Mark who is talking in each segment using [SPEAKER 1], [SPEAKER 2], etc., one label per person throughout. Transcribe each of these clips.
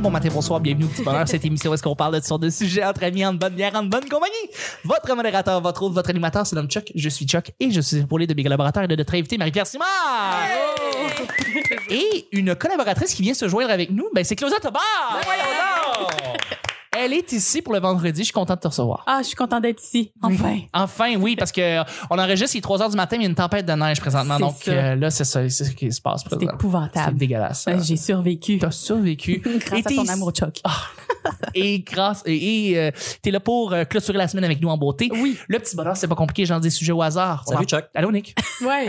[SPEAKER 1] bon matin, bonsoir, bienvenue au Petit Bonheur, cette émission où est-ce qu'on parle de sortes de sujets entre amis, en bonne bière, en bonne compagnie. Votre modérateur, votre hôte, votre animateur se nomme Chuck, je suis Chuck et je suis épaulé de mes collaborateurs et de notre invité Marie-Pierre Simard. Et une collaboratrice qui vient se joindre avec nous, ben c'est Claudia Tobar. Elle est ici pour le vendredi, je suis contente de te recevoir.
[SPEAKER 2] Ah, je suis content d'être ici. Enfin.
[SPEAKER 1] Enfin, oui, parce que euh, on enregistre, il est 3 heures du matin, mais il y a une tempête de neige présentement.
[SPEAKER 2] C'est
[SPEAKER 1] Donc
[SPEAKER 2] ça.
[SPEAKER 1] euh, là, c'est ça, c'est ce qui se passe
[SPEAKER 2] C'est
[SPEAKER 1] présentement. C'est
[SPEAKER 2] épouvantable.
[SPEAKER 1] dégueulasse.
[SPEAKER 2] Ben, J'ai survécu.
[SPEAKER 1] T'as survécu.
[SPEAKER 2] Grâce
[SPEAKER 1] Et
[SPEAKER 2] à
[SPEAKER 1] t'es
[SPEAKER 2] ton
[SPEAKER 1] ici-
[SPEAKER 2] amour, Chuck.
[SPEAKER 1] Ah. Et grâce et, et, euh, t'es là pour euh, clôturer la semaine avec nous en beauté.
[SPEAKER 2] Oui.
[SPEAKER 1] Le petit bonheur, c'est pas compliqué, j'en des sujets au hasard.
[SPEAKER 3] Salut, Chuck.
[SPEAKER 1] Allô Nick.
[SPEAKER 2] Ouais.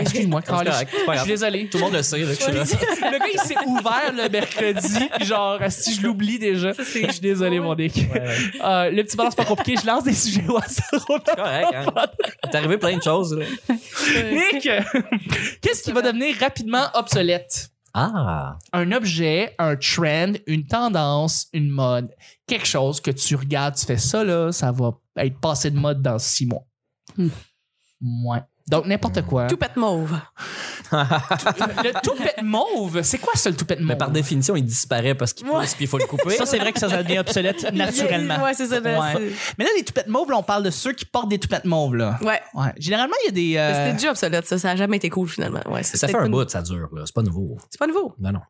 [SPEAKER 1] Excuse-moi,
[SPEAKER 3] C'est
[SPEAKER 1] Carlis.
[SPEAKER 3] correct, c'est pas
[SPEAKER 1] Je
[SPEAKER 3] grave.
[SPEAKER 1] suis désolé.
[SPEAKER 3] Tout le monde le sait, là, que je suis là.
[SPEAKER 1] Le gars, il s'est ouvert le mercredi. Genre, si je l'oublie déjà, je suis désolé, mon Nick. Euh, le petit bonheur, c'est pas compliqué. Je lance des sujets au hasard. On
[SPEAKER 3] C'est correct, hein. T'es arrivé plein de choses, là.
[SPEAKER 1] Nick, qu'est-ce qui va devenir rapidement obsolète?
[SPEAKER 3] Ah!
[SPEAKER 1] Un objet, un trend, une tendance, une mode, quelque chose que tu regardes, tu fais ça, là, ça va être passé de mode dans six mois.
[SPEAKER 2] Hmm.
[SPEAKER 1] Ouais. Donc, n'importe quoi.
[SPEAKER 2] Tout pète mauve.
[SPEAKER 1] le toupette mauve, c'est quoi ça, le toupette mauve?
[SPEAKER 3] Mais par définition, il disparaît parce qu'il pousse puis il faut le couper.
[SPEAKER 1] Ça, c'est vrai que ça, ça devient obsolète naturellement.
[SPEAKER 2] Ouais, c'est ça. là,
[SPEAKER 1] Ouais.
[SPEAKER 2] c'est-
[SPEAKER 1] Mais là, les toupettes mauves, là, on parle de ceux qui portent des toupettes mauves, là.
[SPEAKER 2] Ouais.
[SPEAKER 1] Ouais. Généralement, il y a des. euh,
[SPEAKER 2] C'était déjà obsolète, ça. Ça a jamais été cool, finalement. Ouais, c'est-
[SPEAKER 3] Ça
[SPEAKER 2] c'est
[SPEAKER 3] fait un
[SPEAKER 2] pas-
[SPEAKER 3] bout, ça dure, là. C'est pas nouveau.
[SPEAKER 2] C'est pas nouveau.
[SPEAKER 3] Non, non.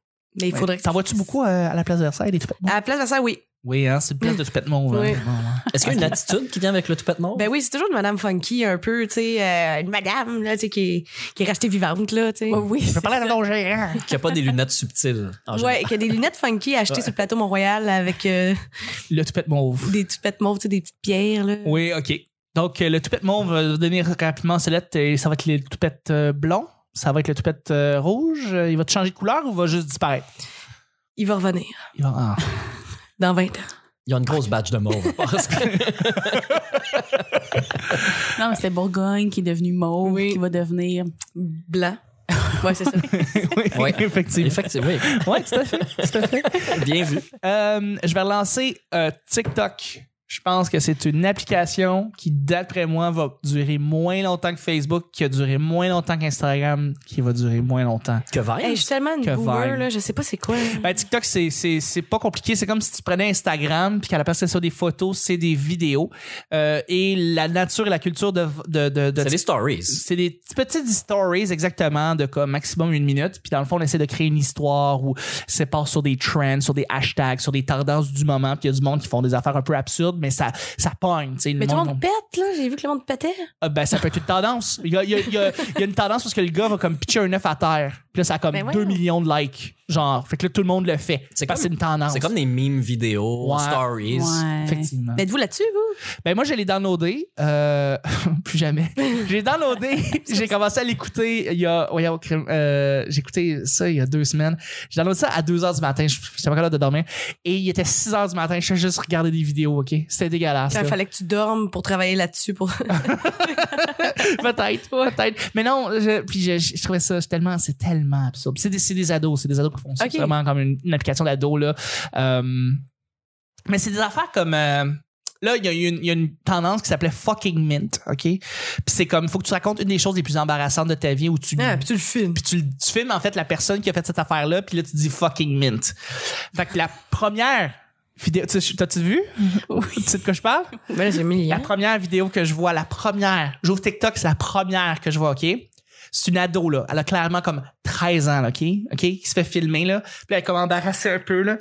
[SPEAKER 2] Mais il
[SPEAKER 1] ouais.
[SPEAKER 2] faudrait que.
[SPEAKER 1] T'en vois-tu beaucoup euh, à la place de Versailles, des toupettes mauves?
[SPEAKER 2] À la place de ça, oui.
[SPEAKER 1] Oui, hein, c'est une place de toupettes mauves. hein.
[SPEAKER 2] Oui.
[SPEAKER 1] Ouais, ouais.
[SPEAKER 3] Est-ce qu'il y a une attitude qui vient avec le tout pète mort?
[SPEAKER 2] Ben oui, c'est toujours une madame funky, un peu, tu sais, euh, une madame, là, tu sais, qui, est- qui est restée vivante, là, tu sais.
[SPEAKER 4] Oh,
[SPEAKER 1] Je peux parler à ton gérant.
[SPEAKER 3] Qu'il n'y a pas des lunettes subtiles. en général.
[SPEAKER 2] Ouais, qui a des lunettes funky achetées
[SPEAKER 3] Ouais.
[SPEAKER 2] sur le plateau Mont-Royal avec euh,
[SPEAKER 1] Le toupette mauve.
[SPEAKER 2] des toutes pètes mauves, tu sais, des petites pierres, là.
[SPEAKER 1] Oui, OK. Donc, euh, le toupette mauve va devenir rapidement obsolète et ça va être le toupette euh, blond. Ça va être le toupette euh, rouge. Euh, Il va te changer de couleur ou va juste disparaître?
[SPEAKER 2] Il va revenir
[SPEAKER 1] Il va- ah.
[SPEAKER 2] dans 20 ans.
[SPEAKER 3] Il y a une grosse badge de mauve. Parce que-
[SPEAKER 4] Non, mais c'est Bourgogne qui est devenu mauve,
[SPEAKER 2] Oui.
[SPEAKER 4] qui va devenir.
[SPEAKER 2] Blanc. Ouais, c'est ça.
[SPEAKER 1] oui,
[SPEAKER 3] Ouais.
[SPEAKER 1] effectivement.
[SPEAKER 3] Effectivement, oui.
[SPEAKER 1] Oui, tout à fait. Tout à fait.
[SPEAKER 3] Bien vu.
[SPEAKER 1] Euh, je vais relancer euh, TikTok. Je pense que c'est une application qui, d'après moi, va durer moins longtemps que Facebook, qui a duré moins longtemps qu'Instagram, qui va durer moins longtemps.
[SPEAKER 3] Que vert?
[SPEAKER 2] Hey, je suis tellement une
[SPEAKER 1] Que
[SPEAKER 2] boomer,
[SPEAKER 1] vibe.
[SPEAKER 2] là, je sais pas c'est quoi.
[SPEAKER 1] Ben, TikTok, c'est- c'est c'est pas compliqué. C'est comme si tu prenais Instagram, puis qu'à la place, c'est sur des photos, c'est des vidéos. Euh, et la nature et la culture de, de, de, de
[SPEAKER 3] C'est des stories.
[SPEAKER 1] c'est des petites stories exactement de comme maximum une minute puis dans le fond on essaie de créer une histoire où c'est part sur des trends sur des hashtags sur des tendances du moment puis il y a du monde qui font des affaires un peu absurdes mais ça ça pogne tu sais le
[SPEAKER 2] Mais tout le
[SPEAKER 1] monde-
[SPEAKER 2] monde pète, là. J'ai vu que le monde pétait.
[SPEAKER 1] Ah, ben ça peut être une tendance il y a, il y a- il y a- il y a une tendance parce que le gars va comme pitcher un œuf à terre puis là ça a comme
[SPEAKER 2] Ben voyons.
[SPEAKER 1] 2 millions de likes genre fait que là tout le monde le fait
[SPEAKER 3] C'est
[SPEAKER 1] parce que c'est
[SPEAKER 3] comme-
[SPEAKER 1] une tendance
[SPEAKER 3] C'est comme des memes vidéo,
[SPEAKER 1] Ouais.
[SPEAKER 3] stories.
[SPEAKER 4] Ouais.
[SPEAKER 1] effectivement
[SPEAKER 2] Êtes-vous là-dessus, vous?
[SPEAKER 1] Ben moi, je l'ai downloadé. Euh, plus jamais. J'ai downloadé. j'ai commencé à l'écouter il y a... voyons, crime, euh, j'ai écouté ça il y a deux semaines. J'ai downloadé ça à 2 heures du matin. Je n'étais pas capable de dormir. Et il était 6 heures du matin. Je suis juste regarder des vidéos, OK? C'était dégueulasse.
[SPEAKER 2] Quand
[SPEAKER 1] là.
[SPEAKER 2] il fallait que tu dormes pour travailler là-dessus. Pour...
[SPEAKER 1] peut-être, peut-être. Mais non, je, puis je, je- je trouvais ça c'est tellement, c'est tellement absurde. C'est des, c'est des ados, c'est des ados qui font ça.
[SPEAKER 2] Ok.
[SPEAKER 1] C'est vraiment comme une, une application d'ado là. Euh, mais c'est des affaires comme euh, là, il y a eu une, il y a une tendance qui s'appelait fucking mint, ok. Puis c'est comme, faut que tu racontes une des choses les plus embarrassantes de ta vie où tu
[SPEAKER 2] Ah, puis tu le filmes.
[SPEAKER 1] puis tu, tu filmes en fait la personne qui a fait cette affaire-là, puis là tu dis fucking mint. Fait que la première vidéo, tu sais, t'as-tu vu? Tu sais de quoi je parle?
[SPEAKER 2] Mais là, j'ai mis
[SPEAKER 1] La première vidéo que je vois, la première, j'ouvre TikTok, c'est la première que je vois, OK? C'est une ado, là. Elle a clairement comme 13 ans, là, OK? OK? Qui se fait filmer, là. Puis elle est comme embarrassée un peu, là.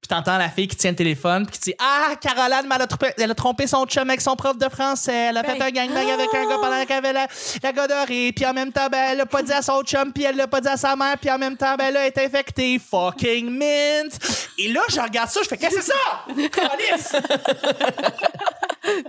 [SPEAKER 1] Puis t'entends la fille qui tient le téléphone, puis qui dit Ah, Caroline, mais elle a, trompé, elle a trompé son chum avec son prof de français. Elle a
[SPEAKER 2] Ben.
[SPEAKER 1] fait un gangbang avec un gars pendant qu'elle avait la, la godorée. Puis en même temps, ben, elle l'a pas dit à son chum, puis elle l'a pas dit à sa mère, puis en même temps, ben, là, elle est infectée. Fucking mint. Et là, je regarde ça, je fais Qu'est-ce que c'est ça? Calisse!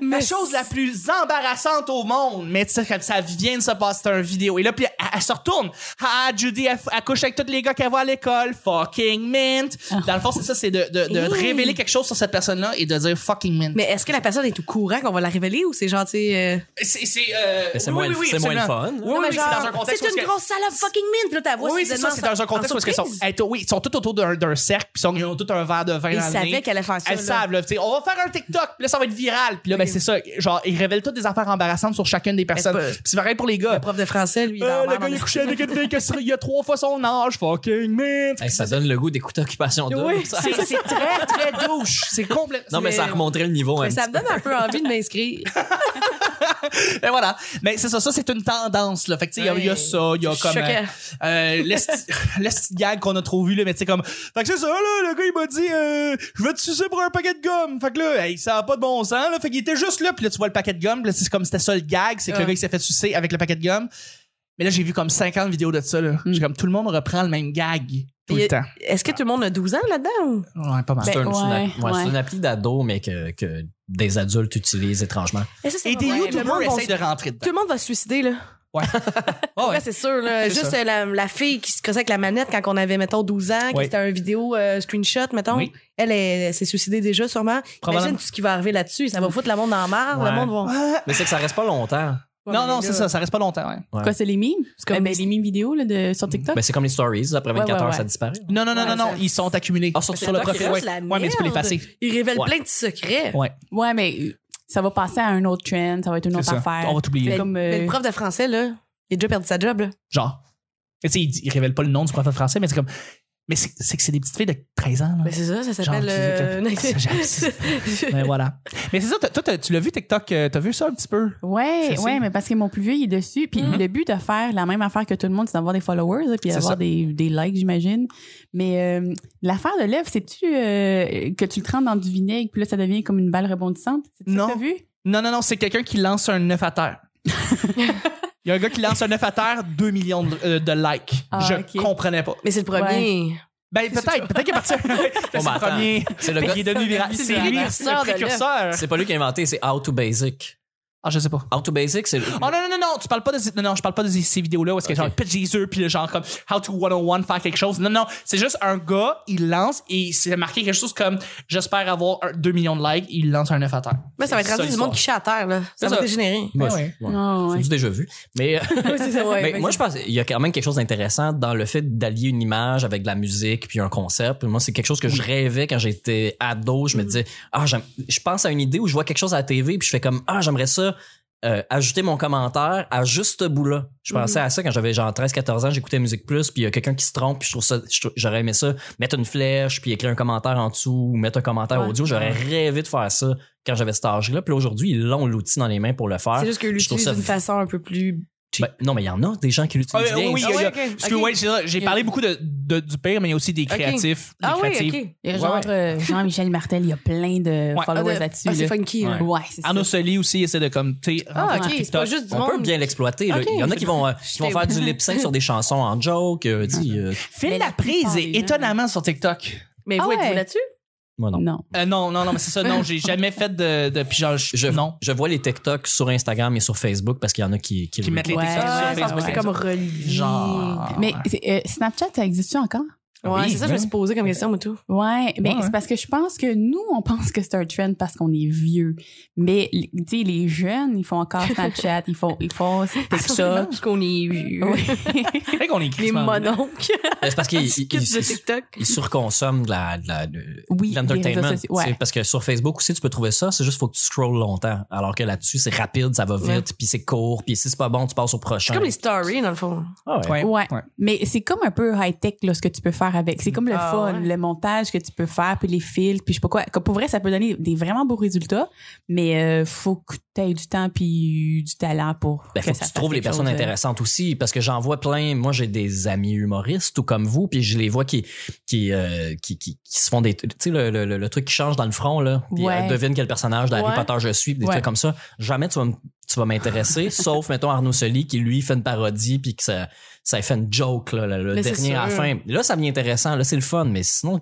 [SPEAKER 1] la chose la plus embarrassante au monde. Mais tu sais, comme ça vient de se passer, c'est un vidéo. Et là, puis elle, elle se retourne. Ah, Judy, elle, f- elle couche avec tous les gars qu'elle voit à l'école. Fucking mint.
[SPEAKER 2] Ah.
[SPEAKER 1] Dans le fond, c'est ça, c'est de, de, de
[SPEAKER 2] Hey.
[SPEAKER 1] révéler quelque chose sur cette personne-là et de dire fucking mint.
[SPEAKER 2] Eh Mais est-ce que la personne est au courant qu'on va la révéler ou c'est genre, tu sais. euh,
[SPEAKER 1] c'est, c'est, euh,
[SPEAKER 3] Mais C'est
[SPEAKER 1] oui,
[SPEAKER 3] moins,
[SPEAKER 1] oui, oui,
[SPEAKER 3] c'est moins le
[SPEAKER 1] absolument.
[SPEAKER 3] fun.
[SPEAKER 1] Oui,
[SPEAKER 2] non, mais
[SPEAKER 1] oui,
[SPEAKER 2] genre,
[SPEAKER 1] c'est dans un contexte
[SPEAKER 2] C'est
[SPEAKER 1] où
[SPEAKER 2] une
[SPEAKER 1] ce que-
[SPEAKER 2] grosse salope fucking mine, puis là, ta voix
[SPEAKER 1] Oui, oui, c'est ça, c'est dans un contexte où ils sont, elles sont- oui, ils sont tous autour d'un, d'un cercle, puis ils, sont- ils ont tout un verre de vin
[SPEAKER 2] Ils
[SPEAKER 1] dans le nez.
[SPEAKER 2] savaient qu'elle allait faire ça.
[SPEAKER 1] Elles
[SPEAKER 2] là.
[SPEAKER 1] savent, là, tu sais, on va faire un TikTok, puis là, ça va être viral. Puis Puis là, ben, c'est ça. Genre, ils révèlent toutes des affaires embarrassantes sur chacune des personnes.
[SPEAKER 2] pas-
[SPEAKER 1] Puis c'est pareil pour les
[SPEAKER 2] Le
[SPEAKER 1] gars.
[SPEAKER 2] prof de français, lui, il
[SPEAKER 1] Euh,
[SPEAKER 2] en
[SPEAKER 1] le gars, il est couché avec une fille qui se- il a trois fois son âge. Fucking man.
[SPEAKER 3] Hey, ça donne le goût d'écouter Occupation 2.
[SPEAKER 1] Oui, c'est c'est très, très douche. C'est complètement.
[SPEAKER 3] Non, mais ça a remonté le niveau. un
[SPEAKER 2] Mais ça
[SPEAKER 3] petit
[SPEAKER 2] me donne un peu envie de m'inscrire.
[SPEAKER 1] Mais voilà. Mais c'est ça, ça, c'est une tendance, là. Fait que, tu sais, il y a- il y a ça, il y a
[SPEAKER 2] Je
[SPEAKER 1] comme.
[SPEAKER 2] suis choquée.
[SPEAKER 1] Euh, le sti- le petit gag qu'on a trop vu, là, mais tu sais, comme. Fait que c'est ça, là, le gars, il m'a dit, euh, je vais te sucer pour un paquet de gomme. Fait que là, hey, ça a pas de bon sens, là. Fait qu'il était juste là, puis là, tu vois le paquet de gomme, puis là, c'est comme c'était ça le gag, c'est que le
[SPEAKER 2] Ah.
[SPEAKER 1] gars, il s'est fait sucer avec le paquet de gomme. Mais là, j'ai vu comme 50 vidéos de ça, là. J'ai comme tout le monde reprend le même gag tout
[SPEAKER 2] Il y
[SPEAKER 1] le
[SPEAKER 2] a-
[SPEAKER 1] temps.
[SPEAKER 2] Est-ce que tout le monde a 12 ans là-dedans? ou?
[SPEAKER 1] Ouais, pas mal.
[SPEAKER 3] peu. C'est
[SPEAKER 4] Ben,
[SPEAKER 3] un- c'est une, app-
[SPEAKER 4] ouais,
[SPEAKER 3] ouais, c'est
[SPEAKER 4] ouais.
[SPEAKER 3] une appli d'ado, mais que, que des adultes utilisent étrangement.
[SPEAKER 2] Mais ça, c'est
[SPEAKER 1] Et
[SPEAKER 2] pas
[SPEAKER 1] des
[SPEAKER 2] vrai. Tout le
[SPEAKER 1] YouTubers
[SPEAKER 2] monde va
[SPEAKER 1] essayent
[SPEAKER 2] se-
[SPEAKER 1] de rentrer dedans.
[SPEAKER 2] Tout le monde va se suicider, là.
[SPEAKER 1] Ouais. Ouais, ouais.
[SPEAKER 2] Ouais, c'est sûr. Là,
[SPEAKER 1] C'est
[SPEAKER 2] juste
[SPEAKER 1] ça.
[SPEAKER 2] euh, la, la fille qui se crossait avec la manette quand on avait, mettons, 12 ans,
[SPEAKER 1] Ouais.
[SPEAKER 2] qui était un vidéo euh, screenshot, mettons.
[SPEAKER 1] Oui.
[SPEAKER 2] Elle, elle, elle s'est suicidée déjà, sûrement.
[SPEAKER 1] Probablement.
[SPEAKER 2] Imagine tout ce qui va arriver là-dessus. Ça va foutre le monde en marre.
[SPEAKER 3] Ouais.
[SPEAKER 2] Le monde va...
[SPEAKER 1] Ouais.
[SPEAKER 3] Mais c'est que ça reste pas longtemps.
[SPEAKER 1] Non, non, c'est ça, ça reste pas longtemps, ouais. Eh Mm.
[SPEAKER 4] Quoi, c'est les mimes? C'est comme
[SPEAKER 2] Ben, mais
[SPEAKER 4] les mimes vidéo là, de, sur TikTok?
[SPEAKER 3] Ben, c'est comme les stories. Après
[SPEAKER 4] Ouais,
[SPEAKER 3] 24
[SPEAKER 4] ouais,
[SPEAKER 3] heures,
[SPEAKER 4] ouais.
[SPEAKER 3] ça disparaît.
[SPEAKER 1] Non, non, non, non,
[SPEAKER 2] Ouais,
[SPEAKER 1] non,
[SPEAKER 2] ça-
[SPEAKER 1] ils sont accumulés.
[SPEAKER 3] Ah, sur
[SPEAKER 1] sur le
[SPEAKER 3] TikTok,
[SPEAKER 1] profil,
[SPEAKER 2] c'est
[SPEAKER 1] ouais.
[SPEAKER 2] juste la
[SPEAKER 1] Ouais, mais tu peux
[SPEAKER 2] merde.
[SPEAKER 1] l'effacer.
[SPEAKER 2] Il révèle
[SPEAKER 3] Ouais.
[SPEAKER 2] plein de secrets.
[SPEAKER 1] Ouais,
[SPEAKER 4] ouais, mais euh, ça va passer à un autre trend, ça va être une
[SPEAKER 1] c'est
[SPEAKER 4] autre
[SPEAKER 1] ça.
[SPEAKER 4] affaire.
[SPEAKER 1] On va t'oublier.
[SPEAKER 4] C'est comme, euh,
[SPEAKER 2] Mais le prof de français, là, il a déjà perdu sa job. Là.
[SPEAKER 1] Genre. Tu sais, il, dit- il révèle pas le nom du prophète français, mais c'est comme. Mais c'est c'est que c'est des petites filles de 13 ans, là.
[SPEAKER 2] Ben, c'est ça, ça s'appelle...
[SPEAKER 1] Genre,
[SPEAKER 2] euh,
[SPEAKER 1] c'est- c'est-
[SPEAKER 2] Ben,
[SPEAKER 1] Mais voilà. Mais c'est ça, t'as- toi, t'as- tu l'as vu TikTok, euh, t'as vu ça un petit peu?
[SPEAKER 4] Ouais,
[SPEAKER 1] C'est ça.
[SPEAKER 4] ouais, mais parce que mon plus vieux, il est dessus. Puis
[SPEAKER 2] Mm-hmm.
[SPEAKER 4] le but de faire la même affaire que tout le monde, c'est d'avoir des followers, là, puis
[SPEAKER 1] C'est ça.
[SPEAKER 4] avoir des, des likes, j'imagine. Mais euh, l'affaire de l'œuf, c'est-tu euh, que tu le trempes dans du vinaigre, puis là, ça devient comme une balle rebondissante? C'est-tu
[SPEAKER 1] Non.
[SPEAKER 4] ça que t'as vu?
[SPEAKER 1] Non, non, non, c'est quelqu'un qui lance un œuf à terre. Il y a un gars qui lance un œuf à terre, 2 millions de, euh, de likes.
[SPEAKER 4] Ah,
[SPEAKER 1] je
[SPEAKER 4] ok.
[SPEAKER 1] comprenais pas.
[SPEAKER 2] Mais c'est le premier.
[SPEAKER 1] Ben, peut-être, peut-être qu'il est parti. c'est
[SPEAKER 3] Bon, ben,
[SPEAKER 1] le
[SPEAKER 3] attends.
[SPEAKER 1] premier.
[SPEAKER 3] C'est le
[SPEAKER 1] Fait
[SPEAKER 3] gars-
[SPEAKER 1] qu'il est devenu viral.
[SPEAKER 4] C'est
[SPEAKER 1] C'est
[SPEAKER 4] le
[SPEAKER 1] lui,
[SPEAKER 2] précurseur
[SPEAKER 1] le
[SPEAKER 2] de l'œuf.
[SPEAKER 1] précurseur.
[SPEAKER 3] C'est pas lui qui a inventé, c'est How to Basic.
[SPEAKER 1] Ah, je sais pas.
[SPEAKER 3] How to Basic, c'est.
[SPEAKER 4] Ah,
[SPEAKER 1] Oh non, non, non, non, tu parles pas de, ces- non, non, je parle pas de ces, ces vidéos-là où est-ce que
[SPEAKER 3] Ok.
[SPEAKER 1] genre, il pitch des œufs puis le genre comme How to 101 faire quelque chose. Non, non, c'est juste un gars, il lance et c'est marqué quelque chose comme J'espère avoir 2 millions de likes, il lance un œuf à terre.
[SPEAKER 2] Mais Ben, ça va être
[SPEAKER 1] C'est
[SPEAKER 2] rendu du
[SPEAKER 1] l'histoire.
[SPEAKER 2] monde qui chie à terre. Là.
[SPEAKER 1] C'est
[SPEAKER 2] Ça va
[SPEAKER 1] ça.
[SPEAKER 2] dégénérer.
[SPEAKER 3] Moi,
[SPEAKER 1] Ah
[SPEAKER 3] je- ouais.
[SPEAKER 4] Ah, ouais.
[SPEAKER 3] J'ai déjà vu. Mais. euh,
[SPEAKER 2] c'est ça, ouais,
[SPEAKER 3] Mais
[SPEAKER 2] ben,
[SPEAKER 3] moi,
[SPEAKER 2] c'est-
[SPEAKER 3] je pense qu'il y a quand même quelque chose d'intéressant dans le fait d'allier une image avec de la musique puis un concept. Moi, c'est quelque chose que je rêvais quand j'étais ado. Je me disais, ah, j'aime- je pense à une idée où je vois quelque chose à la TV puis je fais comme, ah, j'aimerais ça. euh, ajouter mon commentaire à juste ce bout-là. Je pensais à ça quand j'avais genre 13-14 ans, j'écoutais Musique Plus, puis il y a quelqu'un qui se trompe, puis je trouve ça, je trou- j'aurais aimé ça, mettre une flèche, puis écrire un commentaire en dessous, ou mettre un commentaire
[SPEAKER 4] Ouais.
[SPEAKER 3] audio, j'aurais rêvé de faire ça quand j'avais cet âge-là. Puis là, aujourd'hui, ils l'ont l'outil dans les mains pour le faire.
[SPEAKER 1] Ah.
[SPEAKER 2] C'est juste que
[SPEAKER 3] Je trouve
[SPEAKER 2] l'utilise
[SPEAKER 3] ça-
[SPEAKER 2] d'une façon un peu plus.
[SPEAKER 3] Ben, non, mais il y en a des gens qui l'utilisent
[SPEAKER 1] Ah,
[SPEAKER 3] bien.
[SPEAKER 1] oui, oui,
[SPEAKER 2] Ah
[SPEAKER 1] il y a-
[SPEAKER 2] ouais, ok,
[SPEAKER 1] Parce que,
[SPEAKER 2] ok.
[SPEAKER 1] ouais, c'est ça, j'ai
[SPEAKER 4] Il y a-
[SPEAKER 1] parlé beaucoup de, de- du pire, mais il y a aussi des créatifs. des
[SPEAKER 2] Ah oui,
[SPEAKER 1] créatives.
[SPEAKER 2] ok.
[SPEAKER 4] Et
[SPEAKER 3] Ouais,
[SPEAKER 4] genre,
[SPEAKER 3] ouais.
[SPEAKER 4] euh, Jean-Michel Martel, il y a plein de
[SPEAKER 1] Ouais.
[SPEAKER 4] followers
[SPEAKER 2] Ah, de-
[SPEAKER 4] là-dessus.
[SPEAKER 2] ah, c'est
[SPEAKER 4] là.
[SPEAKER 2] Ah, funky. là.
[SPEAKER 4] Ouais, c'est ça.
[SPEAKER 1] Arnaud Soli aussi essaie de comme, tu sais,
[SPEAKER 2] Ah,
[SPEAKER 1] rentrer
[SPEAKER 2] ok,
[SPEAKER 1] sur
[SPEAKER 2] c'est pas
[SPEAKER 1] TikTok.
[SPEAKER 2] juste du
[SPEAKER 3] On
[SPEAKER 2] monde.
[SPEAKER 3] peut bien l'exploiter. là.
[SPEAKER 2] Ok.
[SPEAKER 3] Il y en a qui vont, euh, qui vont
[SPEAKER 2] J'étais-
[SPEAKER 3] faire du lip sync sur des chansons en joke. euh, dis, euh,
[SPEAKER 1] Phil
[SPEAKER 4] Mais la
[SPEAKER 1] Laprise
[SPEAKER 4] plupart
[SPEAKER 1] est
[SPEAKER 4] des gens-
[SPEAKER 1] étonnamment sur TikTok.
[SPEAKER 2] Mais
[SPEAKER 4] Ah
[SPEAKER 2] vous êtes-vous
[SPEAKER 4] ouais.
[SPEAKER 2] là-dessus?
[SPEAKER 3] moi, non.
[SPEAKER 4] Non.
[SPEAKER 1] Euh, non, non, non, mais c'est ça, non, j'ai jamais fait de. de puis genre, je-
[SPEAKER 3] Je,
[SPEAKER 1] non.
[SPEAKER 3] je vois les TikTok sur Instagram et sur Facebook parce qu'il y en a qui,
[SPEAKER 1] Qui mettent les
[SPEAKER 4] Ouais.
[SPEAKER 1] TikTok
[SPEAKER 4] Ah,
[SPEAKER 1] sur Facebook.
[SPEAKER 2] c'est comme relié. Ah,
[SPEAKER 1] Genre. Ah, ben
[SPEAKER 4] Mais c'est- euh, Snapchat, ça existe encore?
[SPEAKER 2] Ouais,
[SPEAKER 1] Oui,
[SPEAKER 2] c'est ça, je me suis posé comme question, moi, tout.
[SPEAKER 4] Ouais, mais
[SPEAKER 1] Ouais, ouais.
[SPEAKER 4] c'est parce que je pense que nous, on pense que c'est un trend parce qu'on est vieux. Mais, tu sais, les jeunes, ils font encore Snapchat, ils font, ils font
[SPEAKER 2] Absolument,
[SPEAKER 4] TikTok.
[SPEAKER 2] Ah, Parce qu'on est vieux.
[SPEAKER 4] Oui.
[SPEAKER 1] C'est vrai qu'on est
[SPEAKER 2] Les
[SPEAKER 1] crissement-
[SPEAKER 2] mononcles.
[SPEAKER 3] Euh, C'est parce qu'ils ils-
[SPEAKER 2] Kids de
[SPEAKER 3] ils-
[SPEAKER 2] TikTok.
[SPEAKER 3] ils surconsomment de la, de la- de-
[SPEAKER 4] Oui, des
[SPEAKER 3] de l'entertainment.
[SPEAKER 4] réseaux sociaux, ouais.
[SPEAKER 3] C'est Parce que sur Facebook aussi, tu peux trouver ça. C'est juste faut que tu scrolls longtemps. Alors que là-dessus, c'est rapide, ça va vite,
[SPEAKER 2] Ouais.
[SPEAKER 3] puis c'est court, puis si c'est pas bon, tu passes au prochain.
[SPEAKER 2] C'est comme les stories, dans le fond.
[SPEAKER 3] Ah ouais.
[SPEAKER 1] Ouais.
[SPEAKER 4] Ouais. Mais c'est comme un peu high-tech, là, ce que tu peux faire avec. C'est comme le
[SPEAKER 2] Ah,
[SPEAKER 4] fun,
[SPEAKER 2] ouais.
[SPEAKER 4] le montage que tu peux faire, puis les fils, puis je sais pas quoi. Comme pour vrai, ça peut donner des vraiment beaux résultats, mais euh, faut que tu aies du temps puis du talent pour.
[SPEAKER 3] Ben, faut que,
[SPEAKER 4] ça
[SPEAKER 3] tu
[SPEAKER 4] fasse
[SPEAKER 3] trouves les
[SPEAKER 4] quelque
[SPEAKER 3] personnes
[SPEAKER 4] chose, là.
[SPEAKER 3] intéressantes aussi, parce que j'en vois plein. Moi, j'ai des amis humoristes, tout comme vous, puis je les vois qui qui euh, qui, qui, qui se font des, tu sais le, le, le- le truc qui change dans le front là, puis
[SPEAKER 4] Ouais.
[SPEAKER 3] euh, devine quel personnage d'Harry
[SPEAKER 2] Ouais.
[SPEAKER 3] Potter je suis, puis des
[SPEAKER 4] Ouais.
[SPEAKER 3] trucs comme ça. Jamais tu vas m- tu vas m'intéresser, sauf mettons Arnaud Soli qui lui fait une parodie puis que ça ça fait une joke là, le, le
[SPEAKER 2] Mais c'est
[SPEAKER 3] dernier à la
[SPEAKER 2] sûr.
[SPEAKER 3] fin. Là, ça devient intéressant, là c'est le fun, mais sinon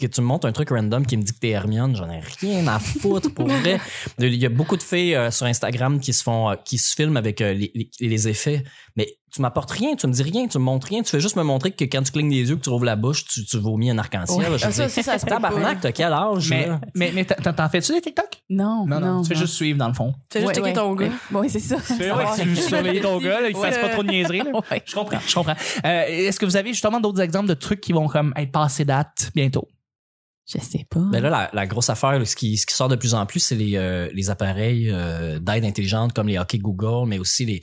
[SPEAKER 3] que tu me montes un truc random qui me dit que t'es Hermione, j'en ai rien à foutre pour vrai. Il y a beaucoup de filles euh, sur Instagram qui se font, euh, qui se filment avec euh, les, les- les effets, mais tu m'apportes rien, tu me dis rien, tu me montres rien, tu fais juste me montrer que quand tu clignes les yeux, que tu ouvres la bouche, tu, tu vomis un arc-en-ciel. Je
[SPEAKER 2] Ah,
[SPEAKER 3] dis,
[SPEAKER 2] ça, ça, ça se peut
[SPEAKER 3] Tabarnak,
[SPEAKER 2] pas.
[SPEAKER 3] t'as quel âge?
[SPEAKER 1] Mais,
[SPEAKER 3] là?
[SPEAKER 1] mais, mais t'en t'en fais-tu des TikTok?
[SPEAKER 4] Non, non,
[SPEAKER 1] Tu fais
[SPEAKER 4] non.
[SPEAKER 1] juste suivre, dans le fond.
[SPEAKER 2] Tu fais juste
[SPEAKER 4] Ouais,
[SPEAKER 2] checker
[SPEAKER 4] ouais.
[SPEAKER 2] ton gars.
[SPEAKER 4] Mais- Ouais, c'est ça. Savoir-
[SPEAKER 1] tu veux surveiller ton gars, là, qu'il
[SPEAKER 2] Ouais.
[SPEAKER 1] fasse pas trop de niaiseries. là.
[SPEAKER 4] Ouais.
[SPEAKER 1] Je comprends, je comprends. Euh, Est-ce que vous avez justement d'autres exemples de trucs qui vont comme être passés date bientôt?
[SPEAKER 4] Je sais pas.
[SPEAKER 3] Mais Ben là, la, la grosse affaire, ce qui, ce qui sort de plus en plus, c'est les, euh, les appareils euh, d'aide intelligente comme les hockey Google, mais aussi les,